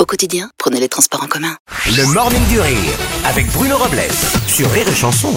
Au quotidien, prenez les transports en commun. Le Morning du Rire avec Bruno Robles sur Rire et Chanson.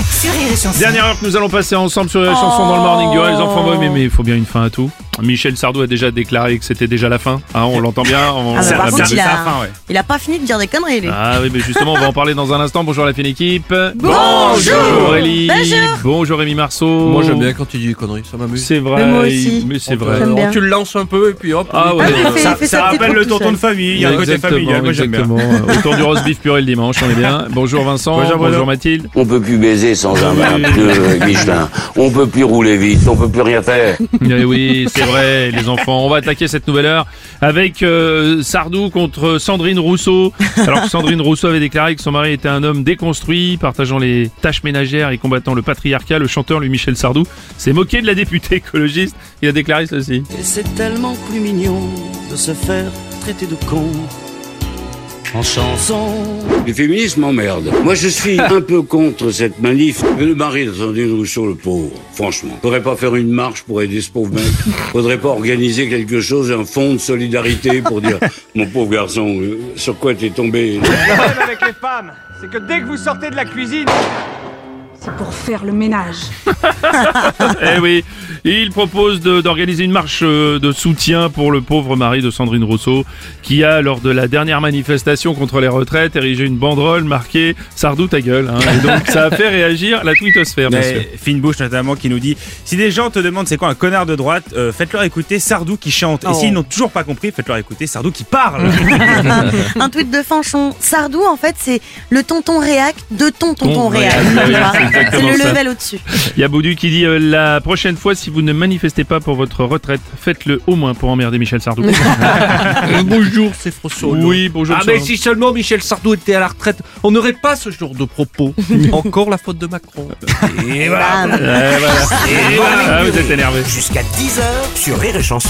Dernière heure que nous allons passer ensemble sur Oh. la chanson dans le morning du Rire. Les enfants vont aimer, mais il faut bien une fin à tout. Michel Sardou a déjà déclaré que c'était déjà la fin. Hein, on l'entend bien. On, on Ah bah, par l'a contre, bien il vu. a, il a pas fini de dire des conneries, lui. Ah oui, mais justement, on va en parler dans un instant. Bonjour la fine équipe. Bonjour. Aurélie. Bonjour. Bonjour Rémi Marceau. Moi j'aime bien quand tu dis des conneries, ça m'amuse. C'est vrai. Mais moi aussi. Mais c'est On te- vrai. Oh, J'aime bien. Tu le lances un peu et puis hop. Ah on ouais. est- il fait- il fait sa petite route tout seul. famille, Exactement, exactement. Autour du roast beef purée le dimanche, on est bien. Bonjour Vincent. Bonjour, Bruno. bonjour Mathilde. On peut plus baiser sans un, un pneu Michelin. On peut plus rouler vite, on peut plus rien faire. Eh oui, c'est vrai, les enfants. On va attaquer cette nouvelle heure avec euh, Sardou contre Sandrine Rousseau. Alors que Sandrine Rousseau avait déclaré que son mari était un homme déconstruit, partageant les tâches ménagères et combattant le patriarcat. Le chanteur, lui, Michel Sardou, s'est moqué de la députée écologiste. Il a déclaré ceci. C'est tellement plus mignon de se faire traiter de con. En chanson. Les féministes m'emmerdent. Moi, je suis un peu contre cette manif. Mais le mari de Sandrine Rousseau, le pauvre, franchement. Faudrait pas faire une marche pour aider ce pauvre mec. Faudrait pas organiser quelque chose, un fonds de solidarité pour dire Mon pauvre garçon, euh, sur quoi t'es tombé problème avec les femmes, c'est que dès que vous sortez de la cuisine, C'est pour faire le ménage. Eh oui, il propose de- d'organiser une marche euh, de soutien pour le pauvre mari de Sandrine Rousseau, qui a, lors de la dernière manifestation contre les retraites, érigé une banderole marquée « Sardou ta gueule hein. Et donc, ça a fait réagir la twittosphère, bien sûr. Mais Fine Bouche notamment qui nous dit si des gens te demandent c'est quoi un connard de droite, euh, faites-leur écouter Sardou qui chante. Et s'ils n'ont toujours pas compris, faites-leur écouter Sardou qui parle. Un tweet de Fanchon. Sardou, en fait, c'est le tonton réac de ton Ton tonton réac. réac, oui, tu vois. c'est exactement C'est le ça. level au-dessus. Il y a Boudu qui dit euh, La prochaine fois, si vous ne manifestez pas pour votre retraite, faites-le au moins pour emmerder Michel Sardou. Euh, bonjour, c'est François Hollande. oui, bonjour. Ah Sarah. mais si seulement Michel Sardou était à la retraite, on n'aurait pas ce genre de propos. Encore la faute de Macron. Et voilà. Bam. Ouais, Euh, voilà. Ah, vous êtes énervé. Jusqu'à 10h sur Rire et Chanson.